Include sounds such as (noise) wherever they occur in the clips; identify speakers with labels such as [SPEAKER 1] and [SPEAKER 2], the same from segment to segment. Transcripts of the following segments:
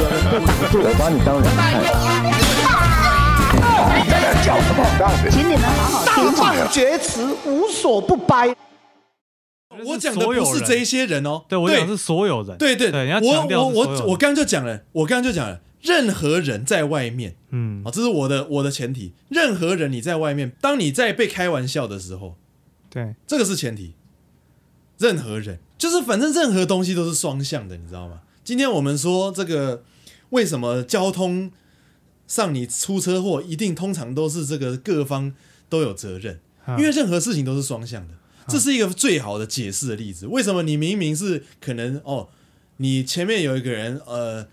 [SPEAKER 1] 我把你当人看。
[SPEAKER 2] 请你们好好听话。
[SPEAKER 3] 厥词无所不掰。
[SPEAKER 4] 我讲的不是这一些人哦，
[SPEAKER 5] 对我讲的是所有人，
[SPEAKER 4] 对对，
[SPEAKER 5] 对，你要
[SPEAKER 4] 我
[SPEAKER 5] 强调
[SPEAKER 4] 我
[SPEAKER 5] 是所有人
[SPEAKER 4] 我我刚刚就讲了，我刚刚就讲了，任何人在外面，
[SPEAKER 5] 嗯
[SPEAKER 4] 啊，这是我的我的前提，任何人你在外面，当你在被开玩笑的时候，
[SPEAKER 5] 对，
[SPEAKER 4] 这个是前提。任何人，就是反正任何东西都是双向的，你知道吗？今天我们说这个为什么交通上你出车祸，一定通常都是这个各方都有责任，因为任何事情都是双向的。这是一个最好的解释的例子。为什么你明明是可能哦，你前面有一个人呃，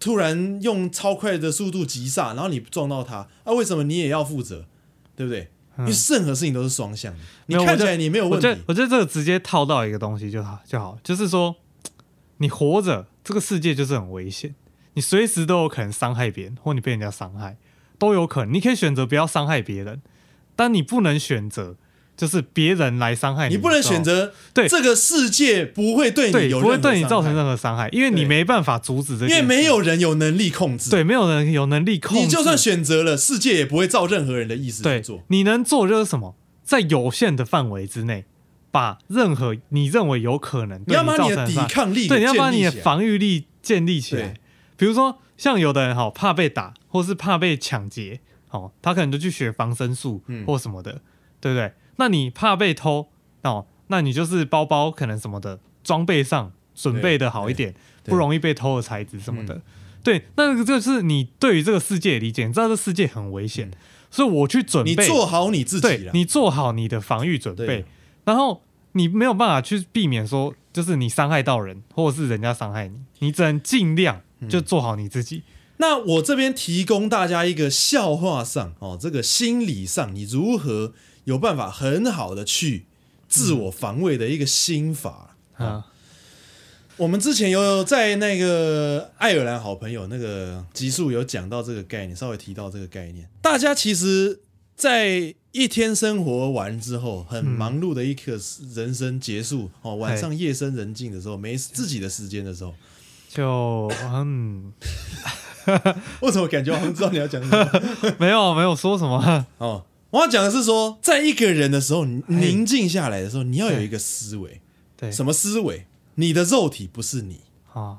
[SPEAKER 4] 突然用超快的速度急刹，然后你撞到他，啊，为什么你也要负责？对不对？因为任何事情都是双向的。你
[SPEAKER 5] 没有
[SPEAKER 4] 看起
[SPEAKER 5] 我
[SPEAKER 4] 来
[SPEAKER 5] 就
[SPEAKER 4] 你没有问
[SPEAKER 5] 我觉得
[SPEAKER 4] 题，
[SPEAKER 5] 我觉得这个直接套到一个东西就好就好，就是说你活着，这个世界就是很危险，你随时都有可能伤害别人，或你被人家伤害都有可能。你可以选择不要伤害别人，但你不能选择就是别人来伤害
[SPEAKER 4] 你
[SPEAKER 5] 你
[SPEAKER 4] 不能
[SPEAKER 5] 知道吗
[SPEAKER 4] 选择
[SPEAKER 5] 对
[SPEAKER 4] 这个世界不会对
[SPEAKER 5] 对
[SPEAKER 4] 你有
[SPEAKER 5] 不会
[SPEAKER 4] 任何
[SPEAKER 5] 对你造成
[SPEAKER 4] 伤害
[SPEAKER 5] 任何伤害，因为你
[SPEAKER 4] 对
[SPEAKER 5] 没办法阻止这件
[SPEAKER 4] 因
[SPEAKER 5] 事，
[SPEAKER 4] 为没有人有能力控制。，
[SPEAKER 5] 对没有人有能力控制，
[SPEAKER 4] 你就算选择了，世界也不会照任何人的意思去
[SPEAKER 5] 对
[SPEAKER 4] 做。，
[SPEAKER 5] 你能做就是什么，在有限的范围之内，把任何你认为有可能
[SPEAKER 4] 你
[SPEAKER 5] 对
[SPEAKER 4] 要把
[SPEAKER 5] 造
[SPEAKER 4] 你
[SPEAKER 5] 成
[SPEAKER 4] 的抵
[SPEAKER 5] 伤害
[SPEAKER 4] 抗力
[SPEAKER 5] 对，你
[SPEAKER 4] 给
[SPEAKER 5] 要把
[SPEAKER 4] 建立
[SPEAKER 5] 你的
[SPEAKER 4] 起来
[SPEAKER 5] 防御力建立起来
[SPEAKER 4] 对。
[SPEAKER 5] 比如说，像有的人哈、怕被打，或是怕被抢劫，哦，他可能就去学防身术
[SPEAKER 4] 嗯
[SPEAKER 5] 或什么的，对不对？那你怕被偷哦，那你就是包包可能什么的装备上准备的好一点，
[SPEAKER 4] 对嗯
[SPEAKER 5] 不容易被偷的材质什么的。对，那个就是你对于这个世界的理解，你知道这世界很危险，所以我去准备，
[SPEAKER 4] 嗯你做好你自己嗯
[SPEAKER 5] 对
[SPEAKER 4] 了。
[SPEAKER 5] 你做好你的防御准
[SPEAKER 4] 对
[SPEAKER 5] 备，然后你没有办法去避免说，就是你伤害到人，或者是人家伤害你，你只能尽量
[SPEAKER 4] 嗯
[SPEAKER 5] 就做好你自己。
[SPEAKER 4] 那我这边提供大家一个笑话上哦，这个心理上你如何有办法很好的去自我防卫的一个心法。
[SPEAKER 5] 啊，
[SPEAKER 4] 我们之前有在那个爱尔兰好朋友那个集数有讲到这个概念，稍微提到这个概念。大家其实，在一天生活完之后，很忙碌的一刻人生结束哦，晚上夜深人静的时候，没自己的时间的时候，
[SPEAKER 5] 就嗯，
[SPEAKER 4] 我怎么感觉我好像知道你要讲什么？
[SPEAKER 5] 没有没有说什
[SPEAKER 4] (laughs)
[SPEAKER 5] 么，
[SPEAKER 4] 哦，我要讲的是说，在一个人的时候，你
[SPEAKER 5] 嘿
[SPEAKER 4] 宁静下来的时候，你要有一个思维，
[SPEAKER 5] 对，
[SPEAKER 4] 什
[SPEAKER 5] 么
[SPEAKER 4] 么思维？你的肉体不是你，
[SPEAKER 5] 啊？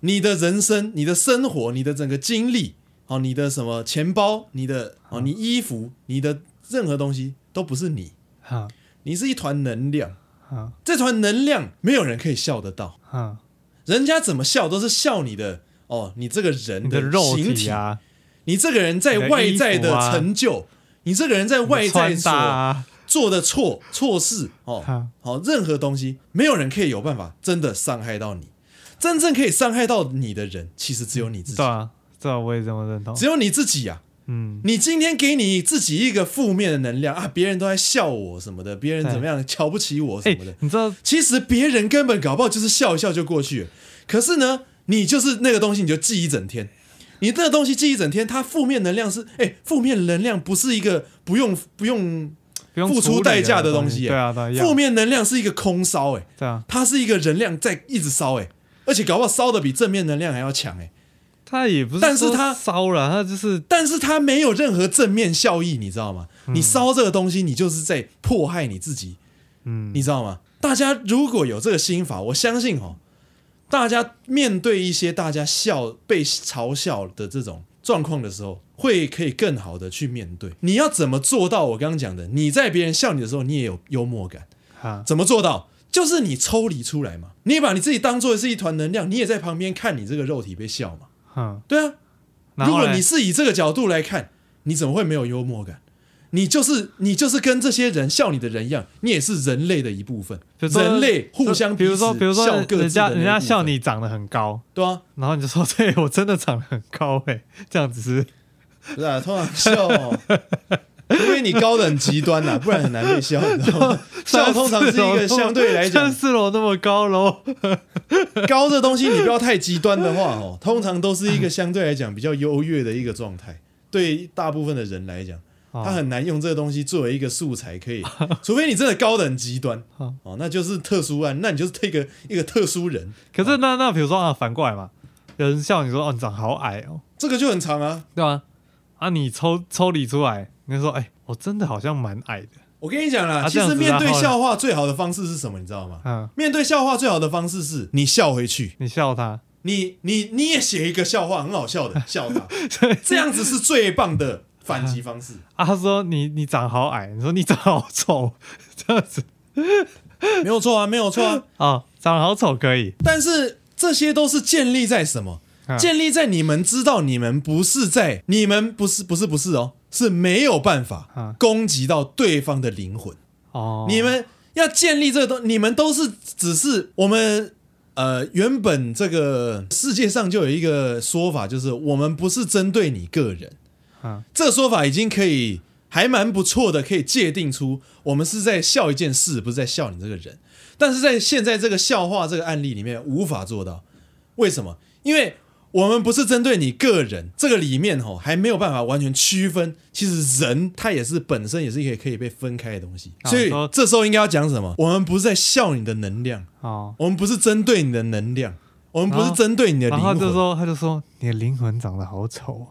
[SPEAKER 4] 你的人生、你的生活、你的整个经历，哦，你的什么钱包、你的
[SPEAKER 5] 啊
[SPEAKER 4] 哦，你衣服、你的任何东西都不是你，
[SPEAKER 5] 哈
[SPEAKER 4] 你是一团能量，
[SPEAKER 5] 哈
[SPEAKER 4] 这团能量没有人可以笑得到，
[SPEAKER 5] 哈，
[SPEAKER 4] 人家怎么笑都是笑你的哦，你这个人
[SPEAKER 5] 你的肉
[SPEAKER 4] 形
[SPEAKER 5] 体啊，
[SPEAKER 4] 你这个人在
[SPEAKER 5] 你的衣
[SPEAKER 4] 外在
[SPEAKER 5] 服
[SPEAKER 4] 的
[SPEAKER 5] 啊
[SPEAKER 4] 成就，你这个人在外在
[SPEAKER 5] 穿
[SPEAKER 4] 所
[SPEAKER 5] 搭啊，
[SPEAKER 4] 做的错错事哦
[SPEAKER 5] 哈，
[SPEAKER 4] 好、任何东西，没有人可以有办法真的伤害到你。真正可以伤害到你的人，其实只有你自己
[SPEAKER 5] 对，啊，对啊，我也这么认同
[SPEAKER 4] 只。有你自己啊。
[SPEAKER 5] 嗯，
[SPEAKER 4] 你今天给你自己一个负面的能量啊，别人都在笑我什么的，别人怎么样瞧不起我什
[SPEAKER 5] 哎
[SPEAKER 4] 么的，，
[SPEAKER 5] 你知道
[SPEAKER 4] 其实别人根本搞不好就是笑一笑就过去了。可是呢，你就是那个东西，你就记一整天。你那个东西记一整天，它负面能量是，哎、负面能量不是一个不用不用
[SPEAKER 5] 不用
[SPEAKER 4] 付
[SPEAKER 5] 处
[SPEAKER 4] 出
[SPEAKER 5] 理
[SPEAKER 4] 代价的
[SPEAKER 5] 的
[SPEAKER 4] 东西
[SPEAKER 5] 西，
[SPEAKER 4] 耶
[SPEAKER 5] 对啊，对啊，一样
[SPEAKER 4] 负面能量是一个空烧，哎，
[SPEAKER 5] 对啊，
[SPEAKER 4] 它是一个能量在一直烧，哎，而且搞不好烧的比正面能量还要强，哎，
[SPEAKER 5] 他也不是，
[SPEAKER 4] 但是他
[SPEAKER 5] 烧了，他就是
[SPEAKER 4] 但是它没有任何正面效益，你知道吗？你烧这个东西，你就是在迫害你自己，
[SPEAKER 5] 嗯
[SPEAKER 4] 你知道吗？大家如果有这个心法，我相信哦，大家面对一些大家笑被嘲笑的这种状况的时候，会可以更好的去面对。你要怎么做到我刚刚讲的？你在别人笑你的时候，你也有幽默感。
[SPEAKER 5] 哈，
[SPEAKER 4] 怎么做到？就是你抽离出来嘛，你也把你自己当做是一团能量，你也在旁边看你这个肉体被笑嘛。
[SPEAKER 5] 哼，
[SPEAKER 4] 对啊，
[SPEAKER 5] 然
[SPEAKER 4] 如
[SPEAKER 5] 后
[SPEAKER 4] 果
[SPEAKER 5] 嘞
[SPEAKER 4] 你是以这个角度来看，你怎么会没有幽默感？你就是你就是跟这些人笑你的人一样，你也是人类的一部分，
[SPEAKER 5] 比如说
[SPEAKER 4] 人类互相
[SPEAKER 5] 比如说
[SPEAKER 4] 彼此
[SPEAKER 5] 比如说
[SPEAKER 4] 笑
[SPEAKER 5] 人
[SPEAKER 4] 各自
[SPEAKER 5] 人家
[SPEAKER 4] 的那
[SPEAKER 5] 人家
[SPEAKER 4] 一部
[SPEAKER 5] 笑
[SPEAKER 4] 分
[SPEAKER 5] 你长得很高，
[SPEAKER 4] 对啊，
[SPEAKER 5] 然后你就说 (laughs) 对我真的长得很高哎、这样子是
[SPEAKER 4] 不是啊，通常笑、哦。除非你高的很极端呐、不然很难被笑，你知道
[SPEAKER 5] (laughs)
[SPEAKER 4] 吗？ (laughs) 笑通常是一个相对来讲
[SPEAKER 5] 三四楼那么高喽，
[SPEAKER 4] (laughs) 高这东西你不要太极端的话哦，通常都是一个相对来讲比较优越的一个状态。对大部分的人来讲，他很难用这个东西作为一个素材，可以，除非你真的高的很极端 (laughs)
[SPEAKER 5] 哦
[SPEAKER 4] 哦，那就是特殊案，那你就是一个一个特殊人。
[SPEAKER 5] 可是那那比如说啊，反过来嘛，有人笑你说哦你长好矮哦，
[SPEAKER 4] 这个就很长啊。
[SPEAKER 5] 对啊，啊你抽抽离出来，你就说哎、我真的好像蛮矮的，
[SPEAKER 4] 我跟你讲啦，
[SPEAKER 5] 啊
[SPEAKER 4] 其
[SPEAKER 5] 这样
[SPEAKER 4] 实
[SPEAKER 5] 子
[SPEAKER 4] 面对
[SPEAKER 5] 然后呢
[SPEAKER 4] 笑话最好的方式是什么？你知道吗？
[SPEAKER 5] 嗯，
[SPEAKER 4] 面对笑话最好的方式是你笑回去，
[SPEAKER 5] 你笑他，
[SPEAKER 4] 你你你也写一个笑话，很好笑的，笑 (laughs) 他，这样子是最棒的反击方式。
[SPEAKER 5] 啊他说你你长好矮，你说 (laughs) 你长好丑， (laughs) 这样子
[SPEAKER 4] 没有错啊，没有错啊。
[SPEAKER 5] (laughs) 哦，长好丑可以，
[SPEAKER 4] 但是这些都是建立在什么？
[SPEAKER 5] 嗯
[SPEAKER 4] 建立在你们知道你们不是在你们不是不是不是哦，是没有办法
[SPEAKER 5] 嗯
[SPEAKER 4] 攻击到对方的灵魂。
[SPEAKER 5] 哦，
[SPEAKER 4] 你们要建立这个东，你们都是只是我们呃，原本这个世界上就有一个说法，就是我们不是针对你个人，
[SPEAKER 5] 嗯
[SPEAKER 4] 这个说法已经可以还蛮不错的，可以界定出我们是在笑一件事，不是在笑你这个人。但是在现在这个笑话这个案例里面无法做到，为什么？因为我们不是针对你个人，这个里面吼还没有办法完全区分。其实人他也是本身也是一个可以被分开的东西，
[SPEAKER 5] 啊
[SPEAKER 4] 所以
[SPEAKER 5] 你说
[SPEAKER 4] 这时候应该要讲什么？我们不是在笑你的能量，
[SPEAKER 5] 哦，
[SPEAKER 4] 我们不是针对你的能量，我们不
[SPEAKER 5] 然
[SPEAKER 4] 是
[SPEAKER 5] 后
[SPEAKER 4] 针对你的
[SPEAKER 5] 啊然
[SPEAKER 4] 灵
[SPEAKER 5] 后他
[SPEAKER 4] 魂。
[SPEAKER 5] 就说他就说你的灵魂长得好丑、哦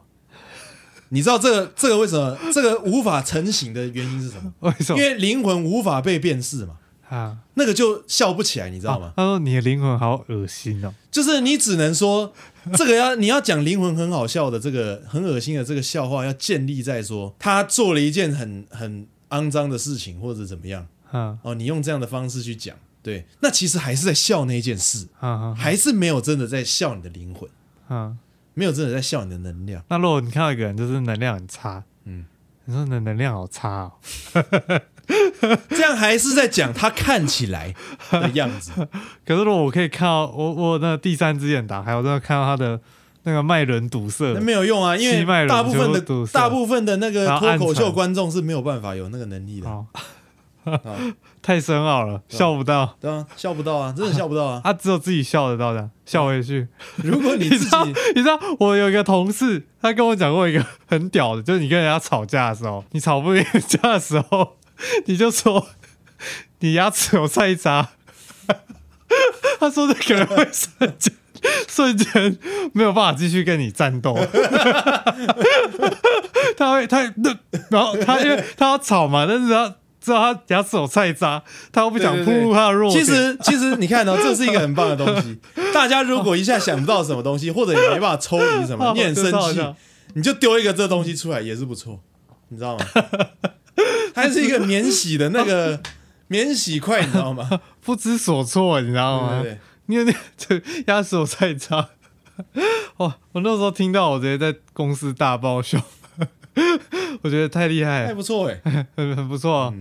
[SPEAKER 4] 你知道这个这个为什么这个无法成型的原因是什么？
[SPEAKER 5] (laughs) 啊，为什
[SPEAKER 4] 因
[SPEAKER 5] 么
[SPEAKER 4] 为灵魂无法被辨识嘛，
[SPEAKER 5] 啊？
[SPEAKER 4] 那个就笑不起来，你知道吗
[SPEAKER 5] 啊？他说你的灵魂好恶
[SPEAKER 4] (laughs)
[SPEAKER 5] 心哦，
[SPEAKER 4] 就是你只能说这个要你要讲灵魂很好笑的这个很恶心的这个笑话，要建立在说他做了一件很很肮脏的事情或者怎么样
[SPEAKER 5] 嗯
[SPEAKER 4] 哦，你用这样的方式去讲，对，那其实还是在笑那一件事，
[SPEAKER 5] 嗯嗯
[SPEAKER 4] 还是没有真的在笑你的灵魂，
[SPEAKER 5] 嗯。
[SPEAKER 4] 没有真的在笑你的能量。
[SPEAKER 5] 那如果你看到一个人就是能量很差，
[SPEAKER 4] 嗯
[SPEAKER 5] 嗯，你说你的能量好差哦， (laughs)
[SPEAKER 4] 这样还是在讲他看起来的样子，
[SPEAKER 5] 可是如果我可以看到我我那个第三只眼打开，我真的看到他的那个脉轮堵塞
[SPEAKER 4] 那，没有用啊，因
[SPEAKER 5] (laughs)
[SPEAKER 4] 为
[SPEAKER 5] 七脉轮
[SPEAKER 4] 大部分
[SPEAKER 5] 全部
[SPEAKER 4] 的
[SPEAKER 5] 堵塞
[SPEAKER 4] 大部分的那个
[SPEAKER 5] 然后
[SPEAKER 4] 脱
[SPEAKER 5] 暗
[SPEAKER 4] 口秀
[SPEAKER 5] 沉
[SPEAKER 4] 观众是没有办法有那个能力的，
[SPEAKER 5] 哦，太深奥了，
[SPEAKER 4] 嗯
[SPEAKER 5] 笑不到
[SPEAKER 4] 对啊，笑不到啊，真的笑不到
[SPEAKER 5] (laughs)
[SPEAKER 4] 啊。
[SPEAKER 5] 啊，只有自己笑得
[SPEAKER 4] 嗯
[SPEAKER 5] 到的，笑回去。
[SPEAKER 4] 如果你
[SPEAKER 5] 你
[SPEAKER 4] 自
[SPEAKER 5] 知道，
[SPEAKER 4] 己
[SPEAKER 5] 你知道，我有一个同事，他跟我讲过一个很屌的，就是你跟人家吵架的时候，你吵不赢人家的时候， (laughs) 你就说你牙齿有菜渣。 (laughs) 他说这可能会瞬间瞬间没有办法继续跟你战斗， (laughs) 他会他那然后他因为他要吵嘛，但是他知道他牙齿有菜渣，他又不想
[SPEAKER 4] 对
[SPEAKER 5] 暴
[SPEAKER 4] 对对
[SPEAKER 5] 露他的弱
[SPEAKER 4] 其
[SPEAKER 5] 点。
[SPEAKER 4] 实 (laughs) 其实你
[SPEAKER 5] (laughs)
[SPEAKER 4] 看到、哦这是一个很棒的东西。大家如果一下想不到什么东西，或者你没办法抽离什
[SPEAKER 5] (laughs)
[SPEAKER 4] 么，
[SPEAKER 5] 哦
[SPEAKER 4] 你很生
[SPEAKER 5] 真的好
[SPEAKER 4] 气
[SPEAKER 5] 笑，
[SPEAKER 4] 你就丢一个这东西出来也是不错，你知道
[SPEAKER 5] (laughs)
[SPEAKER 4] 吗？它是一个免洗的那个 (laughs) 免洗块，你知道
[SPEAKER 5] (laughs)
[SPEAKER 4] 吗？
[SPEAKER 5] 不知所措，你知道吗？
[SPEAKER 4] 对对对
[SPEAKER 5] 因为那这压死我菜 (laughs) 渣。哇！我那时候听到，我直接在公司大爆笑， (laughs) 我觉得太厉害
[SPEAKER 4] 还
[SPEAKER 5] 了，
[SPEAKER 4] 不嗯错哎、
[SPEAKER 5] 很很不错、哦。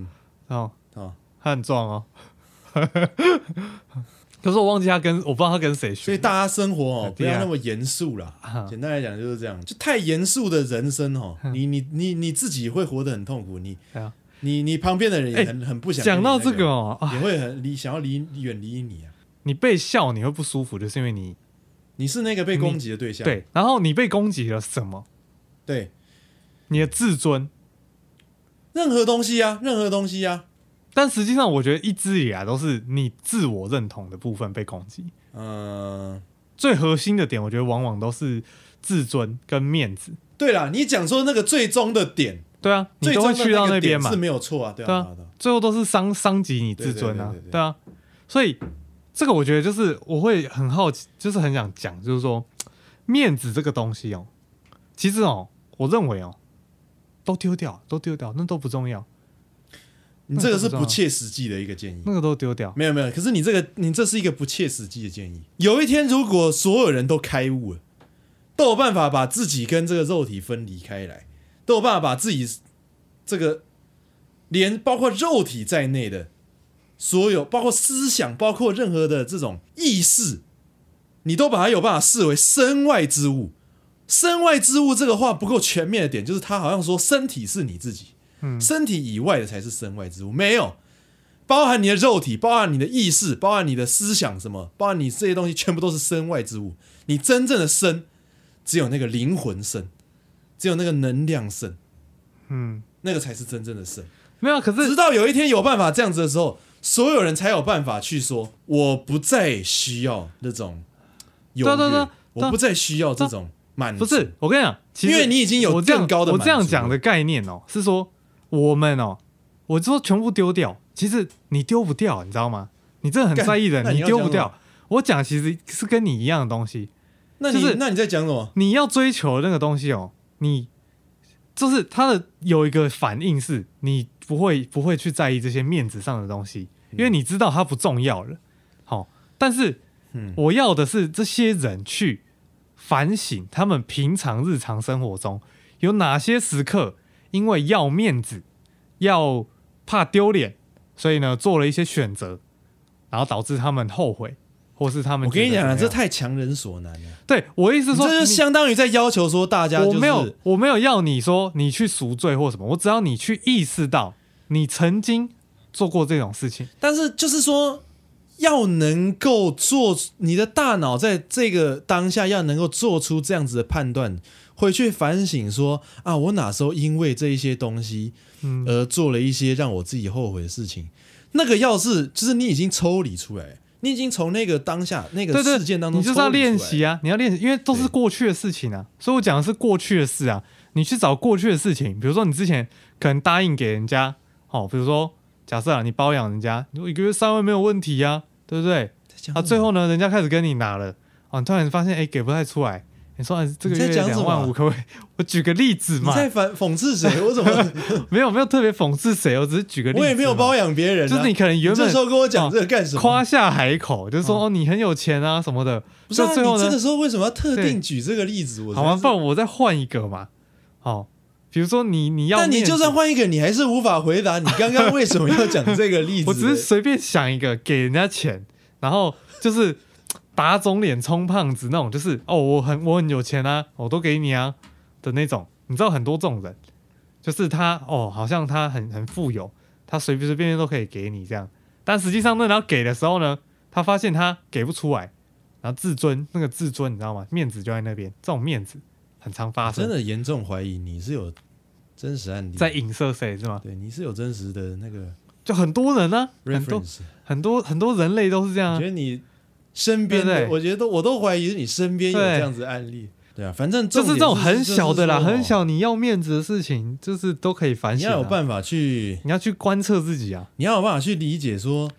[SPEAKER 5] 哦，
[SPEAKER 4] 好，
[SPEAKER 5] 他很
[SPEAKER 4] (laughs)
[SPEAKER 5] 壮哦。可是我忘记他跟我不知道他跟谁
[SPEAKER 4] 所以
[SPEAKER 5] 学。
[SPEAKER 4] 大家生活哦，不
[SPEAKER 5] 对啊
[SPEAKER 4] 要那么严肃啦
[SPEAKER 5] 啊。
[SPEAKER 4] 简单来讲就是这样，就太严肃的人生
[SPEAKER 5] (laughs)
[SPEAKER 4] 哦，你你你你自己会活得很痛苦，你
[SPEAKER 5] 对啊
[SPEAKER 4] 你你旁边的人也很很不想跟
[SPEAKER 5] 哎讲
[SPEAKER 4] 你
[SPEAKER 5] 到
[SPEAKER 4] 那
[SPEAKER 5] 这个哦，啊
[SPEAKER 4] 也会很离想要离远离你啊。
[SPEAKER 5] 你被笑你会不舒服，就是因为你
[SPEAKER 4] 你是那个被攻击的对象，啊
[SPEAKER 5] 对，然后你被攻击了什么？
[SPEAKER 4] 对，
[SPEAKER 5] 你的自尊。
[SPEAKER 4] 任何东西啊，任何东西啊，
[SPEAKER 5] 但实际上，我觉得一直以来都是你自我认同的部分被攻击。
[SPEAKER 4] 嗯、
[SPEAKER 5] 最核心的点，我觉得往往都是自尊跟面子。
[SPEAKER 4] 对啦，你讲说那个最终的点，
[SPEAKER 5] 对啊，你
[SPEAKER 4] 最
[SPEAKER 5] 都
[SPEAKER 4] 终
[SPEAKER 5] 会
[SPEAKER 4] 的
[SPEAKER 5] 去到
[SPEAKER 4] 那个
[SPEAKER 5] 边
[SPEAKER 4] 点
[SPEAKER 5] 嘛
[SPEAKER 4] 是，没有错啊，对啊，
[SPEAKER 5] 对
[SPEAKER 4] 对
[SPEAKER 5] 啊
[SPEAKER 4] 啊，对啊
[SPEAKER 5] 最后都是伤伤及你自尊啊
[SPEAKER 4] 对对对对，对
[SPEAKER 5] 对啊。所以这个我觉得就是我会很好奇，就是很想讲，就是说面子这个东西哦，其实哦，我认为哦，都丢掉，都丢掉，那都不重要，
[SPEAKER 4] 你这个是不切实际的一个建议。
[SPEAKER 5] 那个都丢掉。
[SPEAKER 4] 没有没有，可是你这个你这是一个不切实际的建议。有一天如果所有人都开悟了，都有办法把自己跟这个肉体分离开来，都有办法把自己这个连包括肉体在内的所有，包括思想，包括任何的这种意识，你都把它有办法视为身外之物。身外之物这个话不够全面的点，就是他好像说身体是你自己，
[SPEAKER 5] 嗯
[SPEAKER 4] 身体以外的才是身外之物，没有。包含你的肉体，包含你的意识，包含你的思想，什么，包含你这些东西，全部都是身外之物。你真正的身，只有那个灵魂身，只有那个能量身，
[SPEAKER 5] 嗯，
[SPEAKER 4] 那个才是真正的身。
[SPEAKER 5] 没有啊，可
[SPEAKER 4] 直
[SPEAKER 5] 是
[SPEAKER 4] 到有一天有办法这样子的时候，所有人才有办法去说，我不再需要那种优
[SPEAKER 5] 对啊对啊对
[SPEAKER 4] 越
[SPEAKER 5] 啊，
[SPEAKER 4] 我不再需要这种满足。
[SPEAKER 5] 不是，我跟你讲，其实
[SPEAKER 4] 因为你已经有
[SPEAKER 5] 我这样
[SPEAKER 4] 更高的
[SPEAKER 5] 我
[SPEAKER 4] 满足
[SPEAKER 5] 这样讲的概念哦，是说我们哦，我说全部丢掉，其实你丢不掉，你知道吗？你真的很
[SPEAKER 4] 干
[SPEAKER 5] 在意的
[SPEAKER 4] 那
[SPEAKER 5] 人，
[SPEAKER 4] 你
[SPEAKER 5] 你
[SPEAKER 4] 要
[SPEAKER 5] 丢不
[SPEAKER 4] 讲什么
[SPEAKER 5] 掉。我讲其实是跟你一样的东西，
[SPEAKER 4] 那你、
[SPEAKER 5] 就是
[SPEAKER 4] 那你在讲什么？
[SPEAKER 5] 你要追求那个东西哦，你就是它的有一个反应是，你不会不会去在意这些面子上的东西，因为你知道它不重要了。好、但是
[SPEAKER 4] 嗯
[SPEAKER 5] 我要的是这些人去反省他们平常日常生活中有哪些时刻因为要面子、要怕丢脸，所以呢做了一些选择，然后导致他们后悔，或是他们
[SPEAKER 4] 我跟你
[SPEAKER 5] 觉得
[SPEAKER 4] 讲啊，
[SPEAKER 5] 怎
[SPEAKER 4] 这
[SPEAKER 5] 么样
[SPEAKER 4] 太强人所难了。
[SPEAKER 5] 对我意思是说
[SPEAKER 4] 这就
[SPEAKER 5] 你
[SPEAKER 4] 相当于在要求说大家就是
[SPEAKER 5] 我没有，我没有要你说你去赎罪或什么，我只要你去意识到你曾经做过这种事情。
[SPEAKER 4] 但是就是说，要能够做你的大脑在这个当下要能够做出这样子的判断，回去反省说啊，我哪时候因为这一些东西，
[SPEAKER 5] 嗯
[SPEAKER 4] 而做了一些让我自己后悔的事情。那个要是就是你已经抽离出来，你已经从那个当下那个
[SPEAKER 5] 对对，
[SPEAKER 4] 事件当中
[SPEAKER 5] 你就是要
[SPEAKER 4] 抽离出来
[SPEAKER 5] 练习啊，你要练习，因为都是
[SPEAKER 4] 对
[SPEAKER 5] 过去的事情啊。所以我讲的是过去的事啊，你去找过去的事情，比如说你之前可能答应给人家，哦，比如说假设啊，你包养人家，你说一个月三万没有问题呀、啊，对不对？
[SPEAKER 4] 在讲什么
[SPEAKER 5] 啊，最后呢，人家开始跟你拿了，哦，你突然发现哎，给不太出来，你说、哎、这个
[SPEAKER 4] 你在
[SPEAKER 5] 月
[SPEAKER 4] 讲什
[SPEAKER 5] 两
[SPEAKER 4] 么啊
[SPEAKER 5] 万五可不可以？ (laughs) 我举个例子
[SPEAKER 4] 你
[SPEAKER 5] 嘛，
[SPEAKER 4] 在反讽刺谁？我怎
[SPEAKER 5] (laughs)
[SPEAKER 4] 么
[SPEAKER 5] 没有没有特别讽刺谁，我只是举个例子嘛。
[SPEAKER 4] 我也没有包养别人、啊，
[SPEAKER 5] 就是你可能原本
[SPEAKER 4] 这时候跟我讲这个干什么？
[SPEAKER 5] 夸下海口，就说哦你很有钱啊什么的。
[SPEAKER 4] 不是、啊、
[SPEAKER 5] 就最后
[SPEAKER 4] 你
[SPEAKER 5] 呢
[SPEAKER 4] 这个，时候为什么要特
[SPEAKER 5] 对
[SPEAKER 4] 定举这个例子？我
[SPEAKER 5] 好啊吗？
[SPEAKER 4] 真是
[SPEAKER 5] 不然我再换一个嘛。哦，比如说你你要
[SPEAKER 4] 但
[SPEAKER 5] 面子，
[SPEAKER 4] 你就算换一个，你还是无法回答你刚刚为什么要讲这个例子。
[SPEAKER 5] (laughs) 我只是随便想一个给人家钱，然后就是打肿脸充胖子那种，就是哦我很我很有钱啊，我都给你啊的那种。你知道很多这种人，就是他哦好像他很很富有，他随随便便都可以给你这样，但实际上那他给的时候呢，他发现他给不出来，然后自尊那个自尊你知道吗？面子就在那边，这种面子很常发生，
[SPEAKER 4] (laughs) 哦真的严重怀疑你是有真实案例，
[SPEAKER 5] 在影射谁是吗？
[SPEAKER 4] 对你是有真实的那个
[SPEAKER 5] 就很多人呢、啊，很多
[SPEAKER 4] reference。
[SPEAKER 5] 很多很多人类都是这样、
[SPEAKER 4] 我
[SPEAKER 5] 啊
[SPEAKER 4] 觉。得你身边
[SPEAKER 5] 对
[SPEAKER 4] 的
[SPEAKER 5] 不，对
[SPEAKER 4] 我觉得都我都怀疑你身边有
[SPEAKER 5] 对
[SPEAKER 4] 这样子案例。对啊，反正
[SPEAKER 5] 就
[SPEAKER 4] 重
[SPEAKER 5] 是
[SPEAKER 4] 点
[SPEAKER 5] 这种很小的啦，
[SPEAKER 4] 就是说
[SPEAKER 5] 很小，你要面子的事情，就是都可以反
[SPEAKER 4] 你
[SPEAKER 5] 省、
[SPEAKER 4] 要
[SPEAKER 5] 啊。
[SPEAKER 4] 有办法去，
[SPEAKER 5] 你要去观测自
[SPEAKER 4] (laughs)
[SPEAKER 5] 己啊。
[SPEAKER 4] 你要有办法去理解说，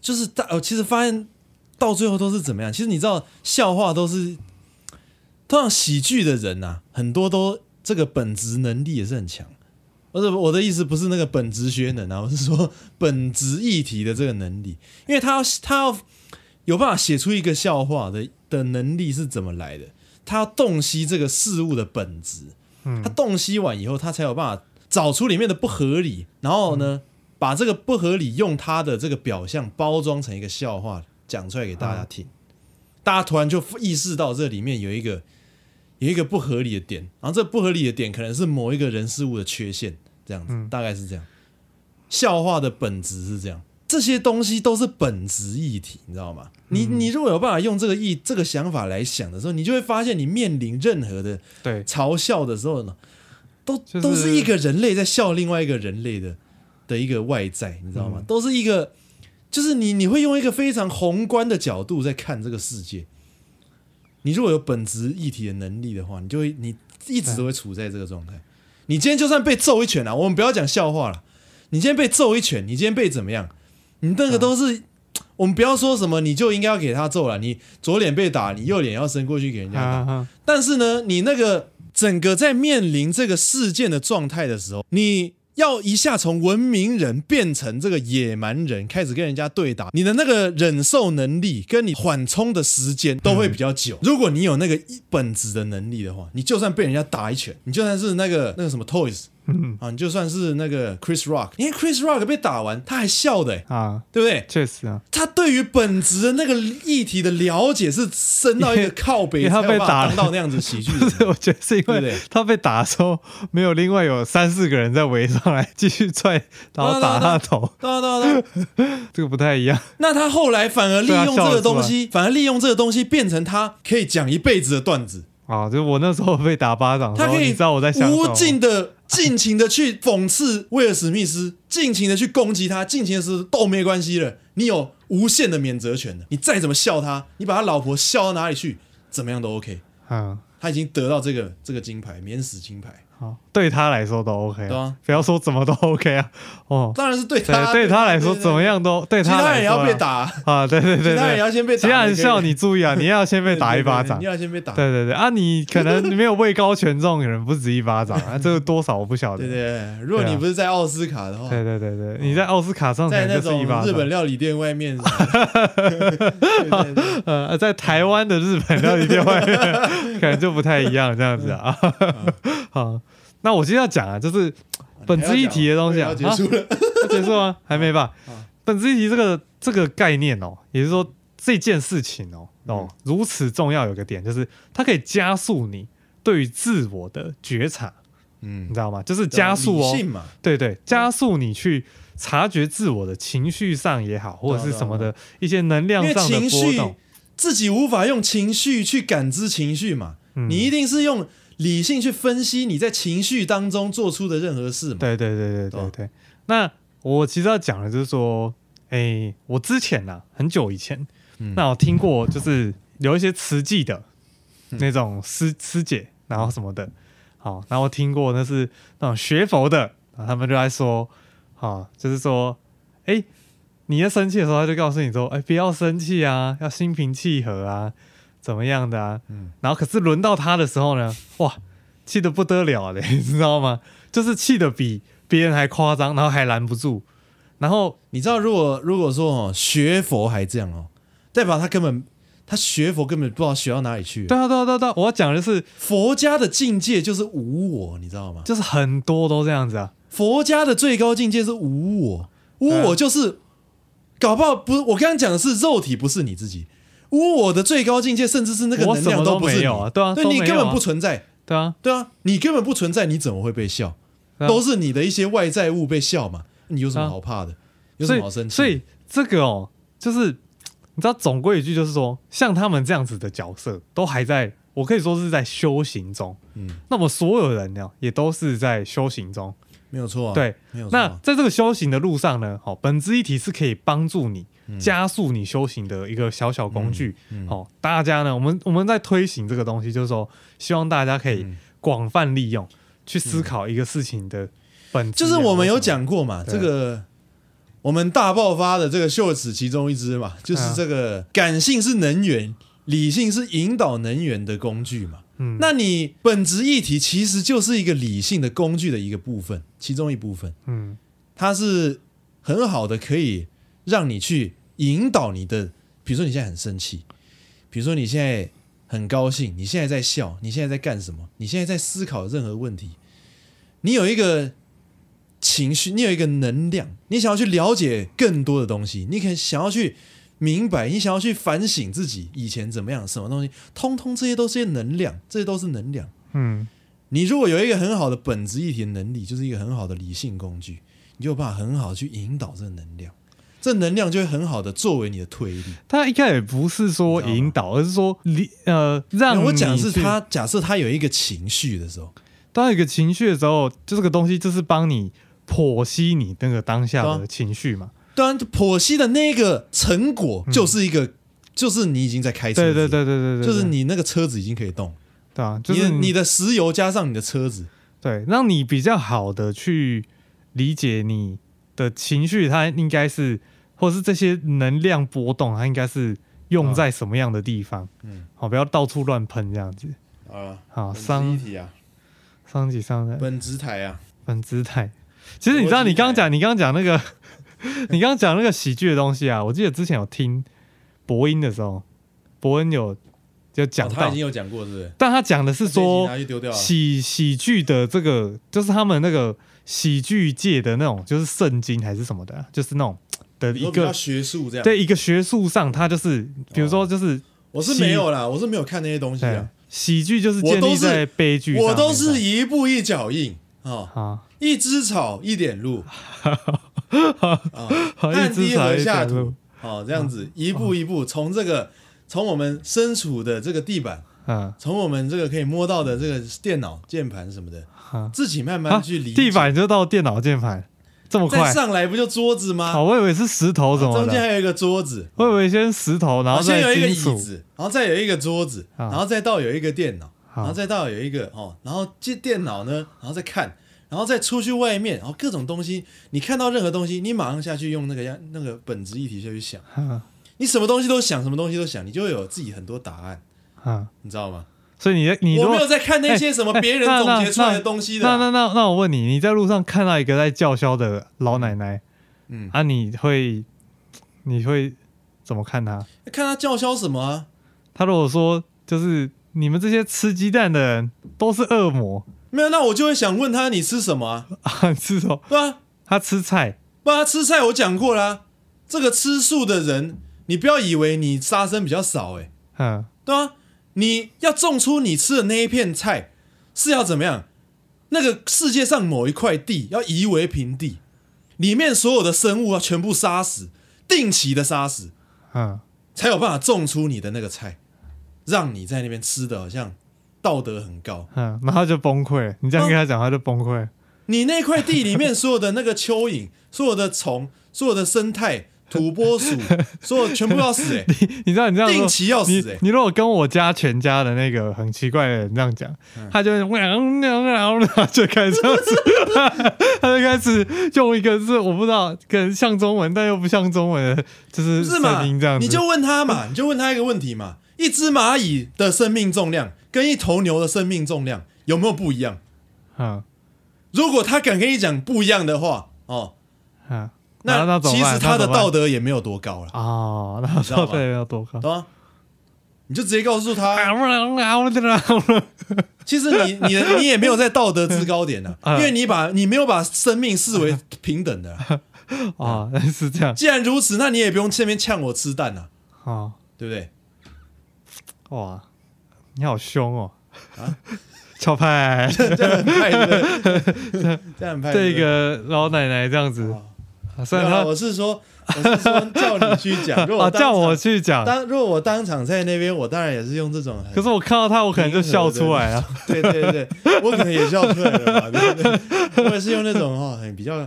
[SPEAKER 4] 就是大呃，其实发现到最后都是怎么样？其实你知道，笑话都是通常喜剧的人呐、很多都这个本质能力也是很强。而且我的意思不是那个本质学能啊，我是说本质议题的这个能力，因为他要他要有办法写出一个笑话的的能力是怎么来的？他要洞悉这个事物的本质，
[SPEAKER 5] 嗯
[SPEAKER 4] 他洞悉完以后，他才有办法找出里面的不合理，然后呢，
[SPEAKER 5] 嗯
[SPEAKER 4] 把这个不合理用他的这个表象包装成一个笑话讲出来给大家听，
[SPEAKER 5] 嗯
[SPEAKER 4] 大家突然就意识到这里面有一个有一个不合理的点，然后这不合理的点可能是某一个人事物的缺陷，这样子、
[SPEAKER 5] 嗯
[SPEAKER 4] 大概是这样。笑话的本质是这样，这些东西都是本质议题，你知道吗？你
[SPEAKER 5] 嗯
[SPEAKER 4] 你如果有办法用这个意这个想法来想的时候，你就会发现你面临任何的
[SPEAKER 5] 对，
[SPEAKER 4] 嘲笑的时候呢，都、
[SPEAKER 5] 就是
[SPEAKER 4] 都是一个人类在笑另外一个人类的的一个外在，你知道吗？
[SPEAKER 5] 嗯
[SPEAKER 4] 都是一个，就是你你会用一个非常宏观的角度在看这个世界。你如果有本质议题的能力的话，你就会你一直都会处在这个状态。你今天就算被揍一拳啊，我们不要讲笑话了，你今天被揍一拳，你今天被怎么样？你那个都
[SPEAKER 5] 嗯
[SPEAKER 4] 是。我们不要说什么，你就应该要给他揍了。你左脸被打，你右脸要伸过去给人家打。
[SPEAKER 5] 啊哈，
[SPEAKER 4] 但是呢，你那个整个在面临这个事件的状态的时候，你要一下从文明人变成这个野蛮人，开始跟人家对打，你的那个忍受能力跟你缓冲的时间都会比较久。如果你有那个一本质的能力的话，你就算被人家打一拳，你就算是那个那个什么 Toys
[SPEAKER 5] 嗯
[SPEAKER 4] 啊，你就算是那个 Chris Rock，因为 Chris Rock 被打完他还笑的、欸，
[SPEAKER 5] 啊，
[SPEAKER 4] 对不对？
[SPEAKER 5] 确实啊，
[SPEAKER 4] 他对于本质的那个议题的了解是深到一个靠
[SPEAKER 5] (laughs) 因
[SPEAKER 4] 北，
[SPEAKER 5] 为
[SPEAKER 4] 才
[SPEAKER 5] 他
[SPEAKER 4] 有
[SPEAKER 5] 被
[SPEAKER 4] 办
[SPEAKER 5] 打
[SPEAKER 4] 法
[SPEAKER 5] 了
[SPEAKER 4] 当到那样子喜剧人。
[SPEAKER 5] (laughs) 不是，我觉得是
[SPEAKER 4] 对
[SPEAKER 5] 因
[SPEAKER 4] 不
[SPEAKER 5] 为
[SPEAKER 4] 对
[SPEAKER 5] 他被打的时候，没有另外有三四个人在围上来继续踹，然后打他的头，
[SPEAKER 4] 对啊对啊对啊，
[SPEAKER 5] 这个不太一样。
[SPEAKER 4] 那他后来反而利
[SPEAKER 5] 对啊
[SPEAKER 4] 用
[SPEAKER 5] 笑
[SPEAKER 4] 这
[SPEAKER 5] 得
[SPEAKER 4] 个
[SPEAKER 5] 出来
[SPEAKER 4] 东西，反而利用这个东西变成他可以讲一辈子的段子，
[SPEAKER 5] 啊，就我那时候被打巴掌的时
[SPEAKER 4] 他
[SPEAKER 5] 候，
[SPEAKER 4] 可以
[SPEAKER 5] 你知道我在想什么
[SPEAKER 4] 无
[SPEAKER 5] 吗？
[SPEAKER 4] 尽的、尽情的去讽刺威尔史密斯，尽情的去攻击他，尽情的是都没关系了，你有无限的免责权的，你再怎么笑他，你把他老婆笑到哪里去？怎么样都 OK。
[SPEAKER 5] 嗯，
[SPEAKER 4] 他已经得到这个这个金牌，免死金牌，
[SPEAKER 5] 好，对他来说都 OK，啊
[SPEAKER 4] 对啊
[SPEAKER 5] 不要说怎么都 OK 啊，哦，
[SPEAKER 4] 当然是对
[SPEAKER 5] 对
[SPEAKER 4] 他
[SPEAKER 5] 对他来说怎么
[SPEAKER 4] 样？
[SPEAKER 5] 样都对
[SPEAKER 4] 其
[SPEAKER 5] 他
[SPEAKER 4] 他人
[SPEAKER 5] 来
[SPEAKER 4] 也
[SPEAKER 5] 说啊
[SPEAKER 4] 要被打，
[SPEAKER 5] (laughs) 啊，对对对，
[SPEAKER 4] 其他人
[SPEAKER 5] 对
[SPEAKER 4] 也要先被打
[SPEAKER 5] 其他人
[SPEAKER 4] 你可以
[SPEAKER 5] 笑你注意啊，你要先被打一巴
[SPEAKER 4] 对对对
[SPEAKER 5] 掌
[SPEAKER 4] 你，要先被打。
[SPEAKER 5] (laughs) 对对对啊，你可能没有位高权重，可能不止一巴掌啊，这个多少我不晓得
[SPEAKER 4] 对。对对，如果
[SPEAKER 5] 对啊
[SPEAKER 4] 你不是在奥斯卡的话，
[SPEAKER 5] 对对对对，你在奥斯卡上可
[SPEAKER 4] 在
[SPEAKER 5] 能
[SPEAKER 4] 那
[SPEAKER 5] 就是
[SPEAKER 4] 种
[SPEAKER 5] 一巴
[SPEAKER 4] 日
[SPEAKER 5] (laughs)
[SPEAKER 4] 本
[SPEAKER 5] 掌，
[SPEAKER 4] 料理店外面，对对对
[SPEAKER 5] 呃，在台湾的日本料理店外面 (laughs) 可能就不太一样这样子
[SPEAKER 4] (laughs)
[SPEAKER 5] 啊。
[SPEAKER 4] 嗯
[SPEAKER 5] (laughs) 好，那我今天要讲啊，就是
[SPEAKER 4] (laughs)
[SPEAKER 5] 本质议题的东西啊，
[SPEAKER 4] 要
[SPEAKER 5] 啊
[SPEAKER 4] 结束
[SPEAKER 5] (laughs)
[SPEAKER 4] 了。
[SPEAKER 5] 要结束吗？还没吧？
[SPEAKER 4] 嗯
[SPEAKER 5] 本质议题这个这个概念哦，也就是说这件事情哦哦
[SPEAKER 4] 嗯
[SPEAKER 5] 如此重要，有个点就是它可以加速你对于自我的觉察，
[SPEAKER 4] 嗯
[SPEAKER 5] 你，知道吗？就是加速哦
[SPEAKER 4] 啊理，性嘛，
[SPEAKER 5] 对对，加速你去察觉自我的情绪上也好，或者
[SPEAKER 4] 啊
[SPEAKER 5] 是什么的一些能量
[SPEAKER 4] 因为
[SPEAKER 5] 上的
[SPEAKER 4] 情
[SPEAKER 5] 波
[SPEAKER 4] 绪
[SPEAKER 5] 动，
[SPEAKER 4] 自己无法用情绪去感知情绪嘛，
[SPEAKER 5] 嗯
[SPEAKER 4] 你一定是用理性去分析你在情绪当中做出的任何事嘛。
[SPEAKER 5] 对对对对
[SPEAKER 4] 对
[SPEAKER 5] 对
[SPEAKER 4] 吧
[SPEAKER 5] 对。那我其实要讲的就是说，哎，我之前呐、很久以前，
[SPEAKER 4] 嗯
[SPEAKER 5] 那我听过就是有一些慈济的
[SPEAKER 4] 嗯
[SPEAKER 5] 那种师师姐，然后什么的，好，然后我听过那是那种学佛的，然后他们就在说，好，就是说，哎，你在生气的时候，他就告诉你说，哎，不要生气啊，要心平气和啊，怎么样的啊，
[SPEAKER 4] 嗯
[SPEAKER 5] 然后可是轮到他的时候呢，哇，气得不得了嘞， (laughs) 你知道吗？就是气得比别人还夸张，然后还拦不住，然后
[SPEAKER 4] 你知道，如果如果说哦，学佛还这样哦，代表他根本他学佛根本不知道学到哪里去。哦
[SPEAKER 5] 对啊对啊对啊对啊，我要讲的是，
[SPEAKER 4] 佛家的境界就是无我，你知道吗？
[SPEAKER 5] 就是很多都这样子啊，
[SPEAKER 4] 佛家的最高境界是无我，无
[SPEAKER 5] 对啊
[SPEAKER 4] 我就是搞不好不是我刚刚讲的是肉体，不是你自己。无我的最高境界，甚至是那个
[SPEAKER 5] 我
[SPEAKER 4] 能
[SPEAKER 5] 什么
[SPEAKER 4] 量
[SPEAKER 5] 都
[SPEAKER 4] 不是
[SPEAKER 5] 没
[SPEAKER 4] 你，
[SPEAKER 5] 有啊对啊
[SPEAKER 4] 对
[SPEAKER 5] 都没
[SPEAKER 4] 你
[SPEAKER 5] 有啊
[SPEAKER 4] 根本不存在，
[SPEAKER 5] 对啊，
[SPEAKER 4] 对啊，你根本不存在，你怎么会被笑？
[SPEAKER 5] 对啊
[SPEAKER 4] 都是你的一些外在物被笑嘛，你有什
[SPEAKER 5] 啊
[SPEAKER 4] 么好怕的？有什
[SPEAKER 5] 所
[SPEAKER 4] 么好生
[SPEAKER 5] 以
[SPEAKER 4] 气？
[SPEAKER 5] 所以这个哦，就是你知道，总归一句就是说，像他们这样子的角色，都还在，我可以说是在修行中。
[SPEAKER 4] 嗯，
[SPEAKER 5] 那么所有人呢，也都是在修行中。
[SPEAKER 4] 没有错啊，
[SPEAKER 5] 对
[SPEAKER 4] 没有错
[SPEAKER 5] 那
[SPEAKER 4] 啊。
[SPEAKER 5] 在这个修行的路上呢，好、本质一体是可以帮助你加速你修行的一个小小工具。好、
[SPEAKER 4] 嗯嗯嗯
[SPEAKER 5] 大家呢，我们我们在推行这个东西，就是说，希望大家可以
[SPEAKER 4] 嗯
[SPEAKER 5] 广泛利用，去思考一个事情的本质
[SPEAKER 4] 就
[SPEAKER 5] 啊。
[SPEAKER 4] 是我们有
[SPEAKER 5] 或什么
[SPEAKER 4] 讲过嘛，
[SPEAKER 5] 对啊
[SPEAKER 4] 这个我们大爆发的这个秀齿其中一支
[SPEAKER 5] 啊
[SPEAKER 4] 嘛，就是这个感性是能源，理性是引导能源的工具嘛。
[SPEAKER 5] 嗯
[SPEAKER 4] 那你本质议题其实就是一个理性的工具的一个部分，其中一部分，
[SPEAKER 5] 嗯
[SPEAKER 4] 它是很好的可以让你去引导你的，比如说你现在很生气，比如说你现在很高兴，你现在在笑，你现在在干什么？你现在在思考任何问题，你有一个情绪，你有一个能量，你想要去了解更多的东西，你可能想要去明白，你想要去反省自己以前怎么样，什么东西，通通这些都是些能量，这些都是能量。
[SPEAKER 5] 嗯
[SPEAKER 4] 你如果有一个很好的本质议题的能力，就是一个很好的理性工具，你就有办法很好地去引导这个能量，这能量就会很好的作为你的推力。
[SPEAKER 5] 他一开始不是说引导，而是说理呃让
[SPEAKER 4] 我讲的
[SPEAKER 5] 你
[SPEAKER 4] 是
[SPEAKER 5] 去
[SPEAKER 4] 他假设他有一个情绪的时候，
[SPEAKER 5] 当有一个情绪的时候，就这个东西就是帮你剖析你那个当下
[SPEAKER 4] 对
[SPEAKER 5] 的
[SPEAKER 4] 啊
[SPEAKER 5] 情绪嘛。
[SPEAKER 4] 当然剖析的那个成果就是一个，就是你已经在开车
[SPEAKER 5] 对
[SPEAKER 4] 子，
[SPEAKER 5] 嗯对对对对对，
[SPEAKER 4] 就是
[SPEAKER 5] 对
[SPEAKER 4] 你那个车子已经可以动，
[SPEAKER 5] 对啊，就
[SPEAKER 4] 你
[SPEAKER 5] 是
[SPEAKER 4] 的你
[SPEAKER 5] 的
[SPEAKER 4] 的石油加上你的车子，
[SPEAKER 5] 对，让你比较好的去理解你的情绪，它应该是或是这些能量波动，它应该是用在什么样的地方？嗯
[SPEAKER 4] 嗯，
[SPEAKER 5] 好，不要到处乱喷这样子。
[SPEAKER 4] 啊，
[SPEAKER 5] 好伤
[SPEAKER 4] 本质议题啊，
[SPEAKER 5] 伤及伤人，
[SPEAKER 4] 本质台啊，
[SPEAKER 5] 本姿态。其实你知道，
[SPEAKER 4] 逻辑
[SPEAKER 5] 你刚刚
[SPEAKER 4] 派
[SPEAKER 5] 讲，你刚刚讲那个， (laughs) 你刚刚讲那个喜剧的东西啊，我记得之前有听博音的时候，博恩有就讲
[SPEAKER 4] 哦
[SPEAKER 5] 到，
[SPEAKER 4] 有讲过，是不是？
[SPEAKER 5] 但他讲的是
[SPEAKER 4] 这一集
[SPEAKER 5] 说
[SPEAKER 4] 拿去丢掉了
[SPEAKER 5] 喜喜剧的这个，就是他们那个喜剧界的那种，就是圣经还是什么的啊，就是那种的
[SPEAKER 4] 你
[SPEAKER 5] 一
[SPEAKER 4] 说比较
[SPEAKER 5] 个
[SPEAKER 4] 学术这样，
[SPEAKER 5] 对一个学术上，他就是比如说就是
[SPEAKER 4] 我是
[SPEAKER 5] 喜
[SPEAKER 4] 没有啦，我是没有看那些东西
[SPEAKER 5] 对
[SPEAKER 4] 啊，
[SPEAKER 5] 喜剧就是
[SPEAKER 4] 我
[SPEAKER 5] 建
[SPEAKER 4] 都
[SPEAKER 5] 立
[SPEAKER 4] 是
[SPEAKER 5] 在悲剧上面
[SPEAKER 4] 我
[SPEAKER 5] 的，
[SPEAKER 4] 都是一步一脚印啊，
[SPEAKER 5] 啊。
[SPEAKER 4] 一枝草一点
[SPEAKER 5] (laughs)
[SPEAKER 4] 露，啊，
[SPEAKER 5] 好
[SPEAKER 4] 汗
[SPEAKER 5] 一枝
[SPEAKER 4] 滴
[SPEAKER 5] 草
[SPEAKER 4] 禾
[SPEAKER 5] 一
[SPEAKER 4] 下
[SPEAKER 5] 点露
[SPEAKER 4] 土，哦，这样子一步一步从这个从我们身处的这个地板，
[SPEAKER 5] 嗯，
[SPEAKER 4] 从我们这个可以摸到的这个电脑键盘什么的，
[SPEAKER 5] 好
[SPEAKER 4] 自己慢
[SPEAKER 5] 啊
[SPEAKER 4] 慢去理解
[SPEAKER 5] 地板就到电脑键盘，这么
[SPEAKER 4] 再
[SPEAKER 5] 快？
[SPEAKER 4] 上来不就桌子
[SPEAKER 5] 好，
[SPEAKER 4] 吗？
[SPEAKER 5] 我以为是石头什么
[SPEAKER 4] 中间
[SPEAKER 5] 的，
[SPEAKER 4] 还有一个桌子，哦
[SPEAKER 5] 我以为先石头，然后
[SPEAKER 4] 先有
[SPEAKER 5] 再
[SPEAKER 4] 一个
[SPEAKER 5] 金
[SPEAKER 4] 椅
[SPEAKER 5] 属，
[SPEAKER 4] 子，然后再有一个桌子，
[SPEAKER 5] 啊
[SPEAKER 4] 然后再到有一个电脑，
[SPEAKER 5] 好
[SPEAKER 4] 然后再到有一个哦，然后接电脑呢，然后再看，然后再出去外面，然后各种东西，你看到任何东西，你马上下去用那个样那个本质议题下去想，
[SPEAKER 5] 嗯
[SPEAKER 4] 你什么东西都想，什么东西都想，你就会有自己很多答案，
[SPEAKER 5] 嗯，
[SPEAKER 4] 你知道吗？
[SPEAKER 5] 所以你你如
[SPEAKER 4] 我
[SPEAKER 5] 果
[SPEAKER 4] 没有在看那些什么
[SPEAKER 5] 哎
[SPEAKER 4] 别人
[SPEAKER 5] 那
[SPEAKER 4] 总
[SPEAKER 5] 那
[SPEAKER 4] 结出来的
[SPEAKER 5] 那
[SPEAKER 4] 东西的
[SPEAKER 5] 那
[SPEAKER 4] 啊，
[SPEAKER 5] 那那那我问你，你在路上看到一个在叫嚣的老奶奶，
[SPEAKER 4] 嗯
[SPEAKER 5] 啊，你会你会怎么看她？
[SPEAKER 4] 看他叫嚣什么啊？
[SPEAKER 5] 她如果说就是你们这些吃鸡蛋的人都是恶魔
[SPEAKER 4] 没有，那我就会想问他你吃什么啊？
[SPEAKER 5] 啊，吃什么？
[SPEAKER 4] 对啊，
[SPEAKER 5] 她吃菜，
[SPEAKER 4] 不然他吃菜我讲过啦、这个吃素的人，你不要以为你杀生比较少、欸，
[SPEAKER 5] 嗯，
[SPEAKER 4] 对啊，你要种出你吃的那一片菜是要怎么样？那个世界上某一块地要夷为平地，里面所有的生物要全部杀死，定期的杀死，
[SPEAKER 5] 嗯，
[SPEAKER 4] 才有办法种出你的那个菜，让你在那边吃的好像道德很高。
[SPEAKER 5] 嗯，然后就崩溃了。你这样跟他讲，他就崩溃了。
[SPEAKER 4] 你那块地里面所有的那个蚯蚓、所有的虫、所有的生态、土拨鼠，所有全部要死、欸，
[SPEAKER 5] (laughs) 你你知道你这样说
[SPEAKER 4] 定期要死欸
[SPEAKER 5] 你你如果跟我家全家的那个很奇怪的人这样讲，他就会嗯嗯嗯嗯嗯就开始这样子，他就开始用一个是我不知道，可能像中文但又不像中文的，就是
[SPEAKER 4] 不是嘛
[SPEAKER 5] 声音这样？子。
[SPEAKER 4] 你就问他嘛，你 (laughs) 就问他一个问题嘛：一只蚂蚁的生命重量跟一头牛的生命重量有没有不一样？
[SPEAKER 5] 嗯
[SPEAKER 4] 如果他敢跟你讲不一样的话，哦，
[SPEAKER 5] 嗯，然后
[SPEAKER 4] 那
[SPEAKER 5] 怎么
[SPEAKER 4] 其
[SPEAKER 5] 办
[SPEAKER 4] 实他的道
[SPEAKER 5] 德
[SPEAKER 4] 德也没有多高了，
[SPEAKER 5] 哦，那
[SPEAKER 4] 知道
[SPEAKER 5] 道
[SPEAKER 4] 吗
[SPEAKER 5] 德啊要多高？
[SPEAKER 4] 懂吗？你就直接告诉他， (laughs)
[SPEAKER 5] 嗯
[SPEAKER 4] 其实你你的你也没有在道德制高点呢、
[SPEAKER 5] (laughs) 嗯
[SPEAKER 4] 因为你把你没有把生命视为平等的啊、
[SPEAKER 5] (laughs) 哦，是这样
[SPEAKER 4] 既然如此，那你也不用这边呛我吃蛋了、
[SPEAKER 5] 哦，
[SPEAKER 4] 对不对？ (laughs)
[SPEAKER 5] 哇，你好凶哦！
[SPEAKER 4] 啊
[SPEAKER 5] (laughs)
[SPEAKER 4] (laughs)
[SPEAKER 5] 小派，
[SPEAKER 4] 这样很派对不
[SPEAKER 5] (laughs)
[SPEAKER 4] 对，这样很派
[SPEAKER 5] 这
[SPEAKER 4] 对不对。哦
[SPEAKER 5] 个老奶奶这样子，啊虽
[SPEAKER 4] 没
[SPEAKER 5] 然
[SPEAKER 4] 有啦，
[SPEAKER 5] 她
[SPEAKER 4] 我是说，我是说叫你去 (laughs)
[SPEAKER 5] (laughs)
[SPEAKER 4] 讲，如果
[SPEAKER 5] 啊
[SPEAKER 4] 哦当
[SPEAKER 5] 叫我
[SPEAKER 4] 场
[SPEAKER 5] 去讲，
[SPEAKER 4] 当，如果我当场在那边，我当然也是用这种很，
[SPEAKER 5] 可是我看到她，我可能就笑出来了。
[SPEAKER 4] 对对对，我可能也笑出来了嘛，对不对？我也是用那种哦，很比较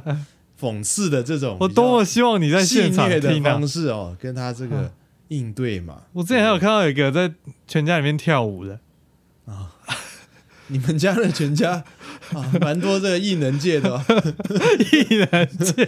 [SPEAKER 4] 讽刺的这种，
[SPEAKER 5] 我多么希望你在
[SPEAKER 4] 戏
[SPEAKER 5] 现场
[SPEAKER 4] 谑的
[SPEAKER 5] 听啊
[SPEAKER 4] 方！式哦，跟他这个应对嘛。
[SPEAKER 5] 我之前还有看到有一个在全家里面跳舞的，
[SPEAKER 4] 你们家的全家啊，蛮多这个艺能界的哦，
[SPEAKER 5] 艺人界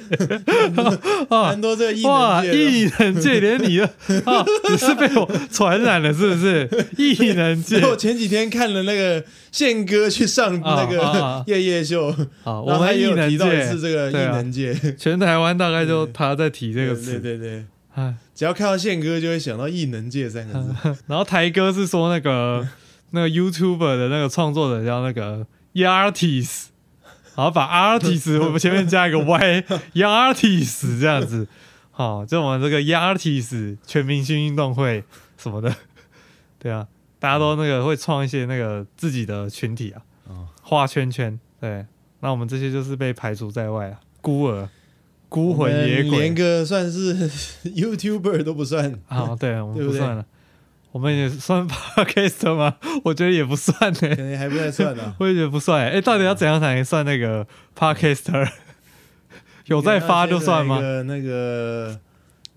[SPEAKER 5] 啊
[SPEAKER 4] 蛮多这个艺
[SPEAKER 5] (laughs) 哇，
[SPEAKER 4] 能界的哦。
[SPEAKER 5] 艺人界
[SPEAKER 4] (laughs)
[SPEAKER 5] 连你的啊，你是被我传染了是不是？艺人
[SPEAKER 4] (laughs)
[SPEAKER 5] 界
[SPEAKER 4] 所以我前几天看了那个宪哥去上那
[SPEAKER 5] 啊啊
[SPEAKER 4] 个
[SPEAKER 5] 啊
[SPEAKER 4] 夜夜秀，
[SPEAKER 5] 啊，我
[SPEAKER 4] 然后他
[SPEAKER 5] 们
[SPEAKER 4] 也
[SPEAKER 5] 艺
[SPEAKER 4] 有
[SPEAKER 5] 人
[SPEAKER 4] 提到一
[SPEAKER 5] 界
[SPEAKER 4] 次这个艺
[SPEAKER 5] 对啊
[SPEAKER 4] 能界，
[SPEAKER 5] 全台湾大概就他在提
[SPEAKER 4] 对
[SPEAKER 5] 这个词，
[SPEAKER 4] 对对对，
[SPEAKER 5] 哎，
[SPEAKER 4] 只要看到宪哥就会想到艺能界三个
[SPEAKER 5] (laughs)
[SPEAKER 4] 字，
[SPEAKER 5] 然后台哥是说
[SPEAKER 4] (laughs)
[SPEAKER 5] 那个那个 YouTuber 的那个创作者叫那个 Yartis，然后把
[SPEAKER 4] (laughs)
[SPEAKER 5] Artis 我们前面加一个 Y，Yartis 这样子，好，就我们这个 Yartis 全明星运动会什么的，对啊，大家都那个会创一些那个自己的群体啊
[SPEAKER 4] 哦，
[SPEAKER 5] 画圈圈，对，那我们这些就是被排除在外啊，孤儿、孤
[SPEAKER 4] 我
[SPEAKER 5] 魂
[SPEAKER 4] 们
[SPEAKER 5] 野鬼
[SPEAKER 4] 连，个算是 (laughs) YouTuber 都不算， (laughs)
[SPEAKER 5] 啊，对，
[SPEAKER 4] 对不
[SPEAKER 5] 我们不
[SPEAKER 4] 对
[SPEAKER 5] 算了，我们也算 (laughs) podcast 吗？我觉得也不算呢、。
[SPEAKER 4] 可能还不太算啊呢
[SPEAKER 5] 我也觉得不算哎、诶到底
[SPEAKER 4] 啊
[SPEAKER 5] 要怎样才算那个
[SPEAKER 4] (laughs)
[SPEAKER 5] podcaster？有在发就算
[SPEAKER 4] 一
[SPEAKER 5] 吗？
[SPEAKER 4] 个那个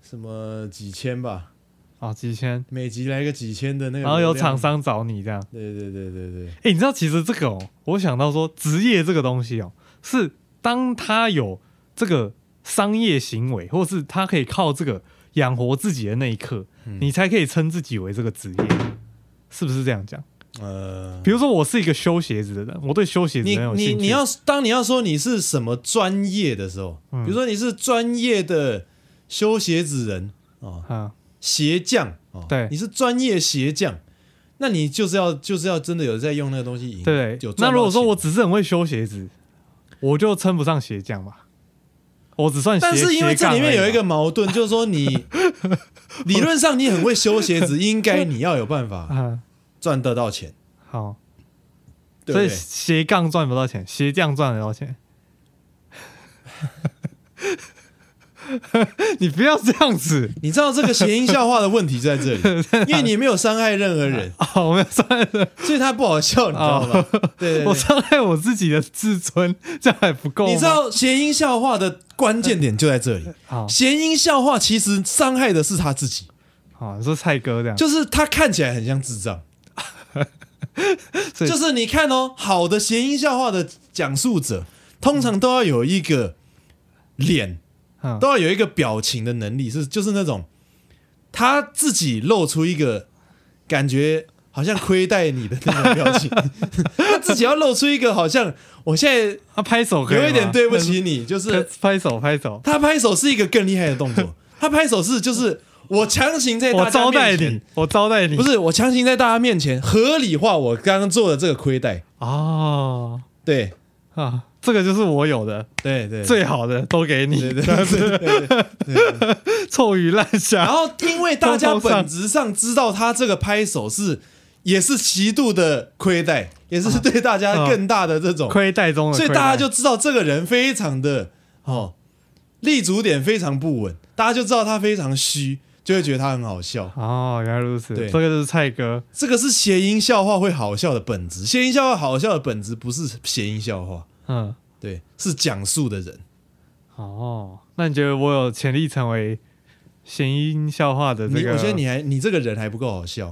[SPEAKER 4] 什么几千吧，
[SPEAKER 5] 啊，几千，
[SPEAKER 4] 每集来个几千的那个流
[SPEAKER 5] 然
[SPEAKER 4] 量，
[SPEAKER 5] 后有厂商找你这样。
[SPEAKER 4] 对，对对对对对，
[SPEAKER 5] 哎、你知道其实这个哦，我想到说职业这个东西哦，是当他有这个商业行为，或是他可以靠这个养活自己的那一刻，
[SPEAKER 4] 嗯
[SPEAKER 5] 你才可以称自己为这个职业，是不是这样讲？
[SPEAKER 4] 呃，
[SPEAKER 5] 比如说，我是一个修鞋子的人，我对修鞋子
[SPEAKER 4] 你
[SPEAKER 5] 很有兴
[SPEAKER 4] 你
[SPEAKER 5] 趣。
[SPEAKER 4] 你要当你要说你是什么专业的时候，
[SPEAKER 5] 嗯
[SPEAKER 4] 比如说你是专业的修鞋子人哦，
[SPEAKER 5] 啊，
[SPEAKER 4] 鞋匠哦，
[SPEAKER 5] 对
[SPEAKER 4] 你是专业鞋匠，那你就是要就是要真的有在用那个东西赢，
[SPEAKER 5] 对
[SPEAKER 4] 有。赚到
[SPEAKER 5] 那如果说
[SPEAKER 4] 钱
[SPEAKER 5] 我，只是很会修鞋子，我就称不上鞋匠吧，我只算鞋。
[SPEAKER 4] 但是因为这里面有一
[SPEAKER 5] 鞋
[SPEAKER 4] 个矛盾，就是说你
[SPEAKER 5] (laughs)
[SPEAKER 4] 理论上你很会修鞋子，应该你要有办
[SPEAKER 5] 杠而已
[SPEAKER 4] 法
[SPEAKER 5] 嘛啊，
[SPEAKER 4] 赚得到
[SPEAKER 5] (laughs)
[SPEAKER 4] 钱，
[SPEAKER 5] 好，
[SPEAKER 4] 对不
[SPEAKER 5] 所以
[SPEAKER 4] 对？
[SPEAKER 5] 斜杠赚不到钱，鞋匠赚得到钱。 (laughs) 你不要这样子
[SPEAKER 4] 你知道这个谐音笑话的问题在
[SPEAKER 5] (laughs)
[SPEAKER 4] 这里，因为你没有伤害任何人，
[SPEAKER 5] 啊！我没有伤害人，
[SPEAKER 4] 所以它不好笑，你知道吗？ (laughs) 对对
[SPEAKER 5] 哦
[SPEAKER 4] 对。
[SPEAKER 5] 我伤害我自己的自尊，这样还不够吗？
[SPEAKER 4] 你知道谐音笑话的关键点就在这里
[SPEAKER 5] 好，
[SPEAKER 4] 谐音笑话其实伤害的是他自己，
[SPEAKER 5] 哦，你说蔡哥这样，
[SPEAKER 4] 就是他看起来很像智障。
[SPEAKER 5] (laughs) 所以
[SPEAKER 4] 就是你看哦，好的谐音笑话的讲述者，通常都要有一个脸，
[SPEAKER 5] 嗯
[SPEAKER 4] 都要有一个表情的能力，是就是那种他自己露出一个感觉好像亏待你的那种表
[SPEAKER 5] (laughs)
[SPEAKER 4] 情，他自己要露出一个好像我现
[SPEAKER 5] 啊拍手可
[SPEAKER 4] 在
[SPEAKER 5] 以吗
[SPEAKER 4] 有一点对不起
[SPEAKER 5] (laughs)
[SPEAKER 4] 你，就
[SPEAKER 5] 可
[SPEAKER 4] 是
[SPEAKER 5] 拍手拍手，
[SPEAKER 4] 他拍手是一个更厉害的动作，他拍手是就是我强行在
[SPEAKER 5] 我
[SPEAKER 4] 哎大家
[SPEAKER 5] 招待
[SPEAKER 4] 面前
[SPEAKER 5] 你，，我招待你，
[SPEAKER 4] 不是我强行在大家面前合理化我刚刚做的这个亏待，
[SPEAKER 5] 哦
[SPEAKER 4] 对。
[SPEAKER 5] 啊，这个就是我有的
[SPEAKER 4] 对对，
[SPEAKER 5] 最好的都给你，
[SPEAKER 4] 对对对 (laughs) 对对。哦
[SPEAKER 5] 臭鱼烂
[SPEAKER 4] 然
[SPEAKER 5] 虾，
[SPEAKER 4] 后因为大家本质上知道他这个拍手是也是极度的亏待，也是对大家更大的这种，
[SPEAKER 5] 亏待中的
[SPEAKER 4] 所
[SPEAKER 5] 亏待，
[SPEAKER 4] 以大家就知道这个人非常的哦，立足点非常不稳，大家就知道他非常虚，就会觉得他很好笑。
[SPEAKER 5] 哦，原来如此，
[SPEAKER 4] 对
[SPEAKER 5] 这个就是蔡哥，
[SPEAKER 4] 这个是谐音笑话会好笑的本质，谐音笑话好笑的本质不是谐音笑话，
[SPEAKER 5] 嗯，
[SPEAKER 4] 对，是讲述的人。
[SPEAKER 5] 哦，那你觉得我有潜力成为谐音笑话的这
[SPEAKER 4] 你
[SPEAKER 5] 个？
[SPEAKER 4] 我觉得你还你这个人还不够好笑，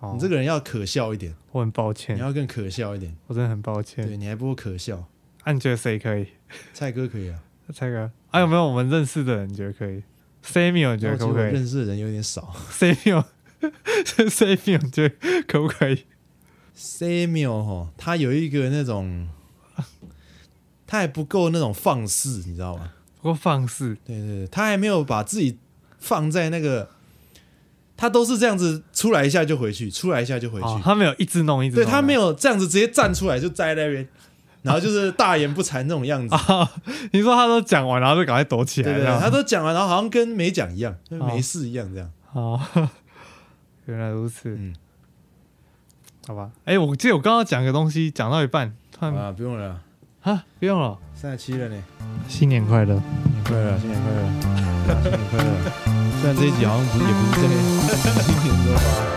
[SPEAKER 5] 哦嗯
[SPEAKER 4] 你这个人要可笑一点。
[SPEAKER 5] 我很抱
[SPEAKER 4] 你
[SPEAKER 5] 歉，
[SPEAKER 4] 要更可笑一点，
[SPEAKER 5] 我真的很抱
[SPEAKER 4] 对
[SPEAKER 5] 歉。
[SPEAKER 4] 你还不够可笑。
[SPEAKER 5] 啊，你觉得谁可以？
[SPEAKER 4] 蔡哥可以啊，
[SPEAKER 5] 蔡哥，啊，有没有我们认识的人你觉得可以？Samuel 你觉
[SPEAKER 4] 但我觉得
[SPEAKER 5] 得可不
[SPEAKER 4] 哦我
[SPEAKER 5] 可以
[SPEAKER 4] 认识的人有点少。
[SPEAKER 5] (laughs) ？Samuel，Samuel 你觉得可不可以？
[SPEAKER 4] Samuel 哈，他有一个那种， (laughs) 他还不够那种放肆，你知道吗？
[SPEAKER 5] 不过放肆
[SPEAKER 4] 对对对，他还没有把自己放在那个，他都是这样子出来一下就回去，出来一下就回去，
[SPEAKER 5] 哦，他没有一直弄一直弄，
[SPEAKER 4] 对他没
[SPEAKER 5] 有。
[SPEAKER 4] 有这样子直接站出来就站在那边，然后就是大言不惭那种样子。
[SPEAKER 5] 你说他都讲完，然后就赶快躲起来，
[SPEAKER 4] 对对
[SPEAKER 5] 这
[SPEAKER 4] 对，
[SPEAKER 5] 样
[SPEAKER 4] 他都讲完，然后好像跟没讲一样，就没事一样这样。
[SPEAKER 5] 哦， (laughs) 原来如此。
[SPEAKER 4] 嗯
[SPEAKER 5] 好吧，哎、我记得我刚刚讲个东西，讲到一半，突然
[SPEAKER 4] 啊，不用了，
[SPEAKER 5] 啊，不用了，
[SPEAKER 4] 三十七了呢。
[SPEAKER 5] 新年快乐。
[SPEAKER 4] 快乐，新年
[SPEAKER 5] (laughs)
[SPEAKER 4] 快乐，新年快乐！虽然这一集好像不是，也不是在新年说话。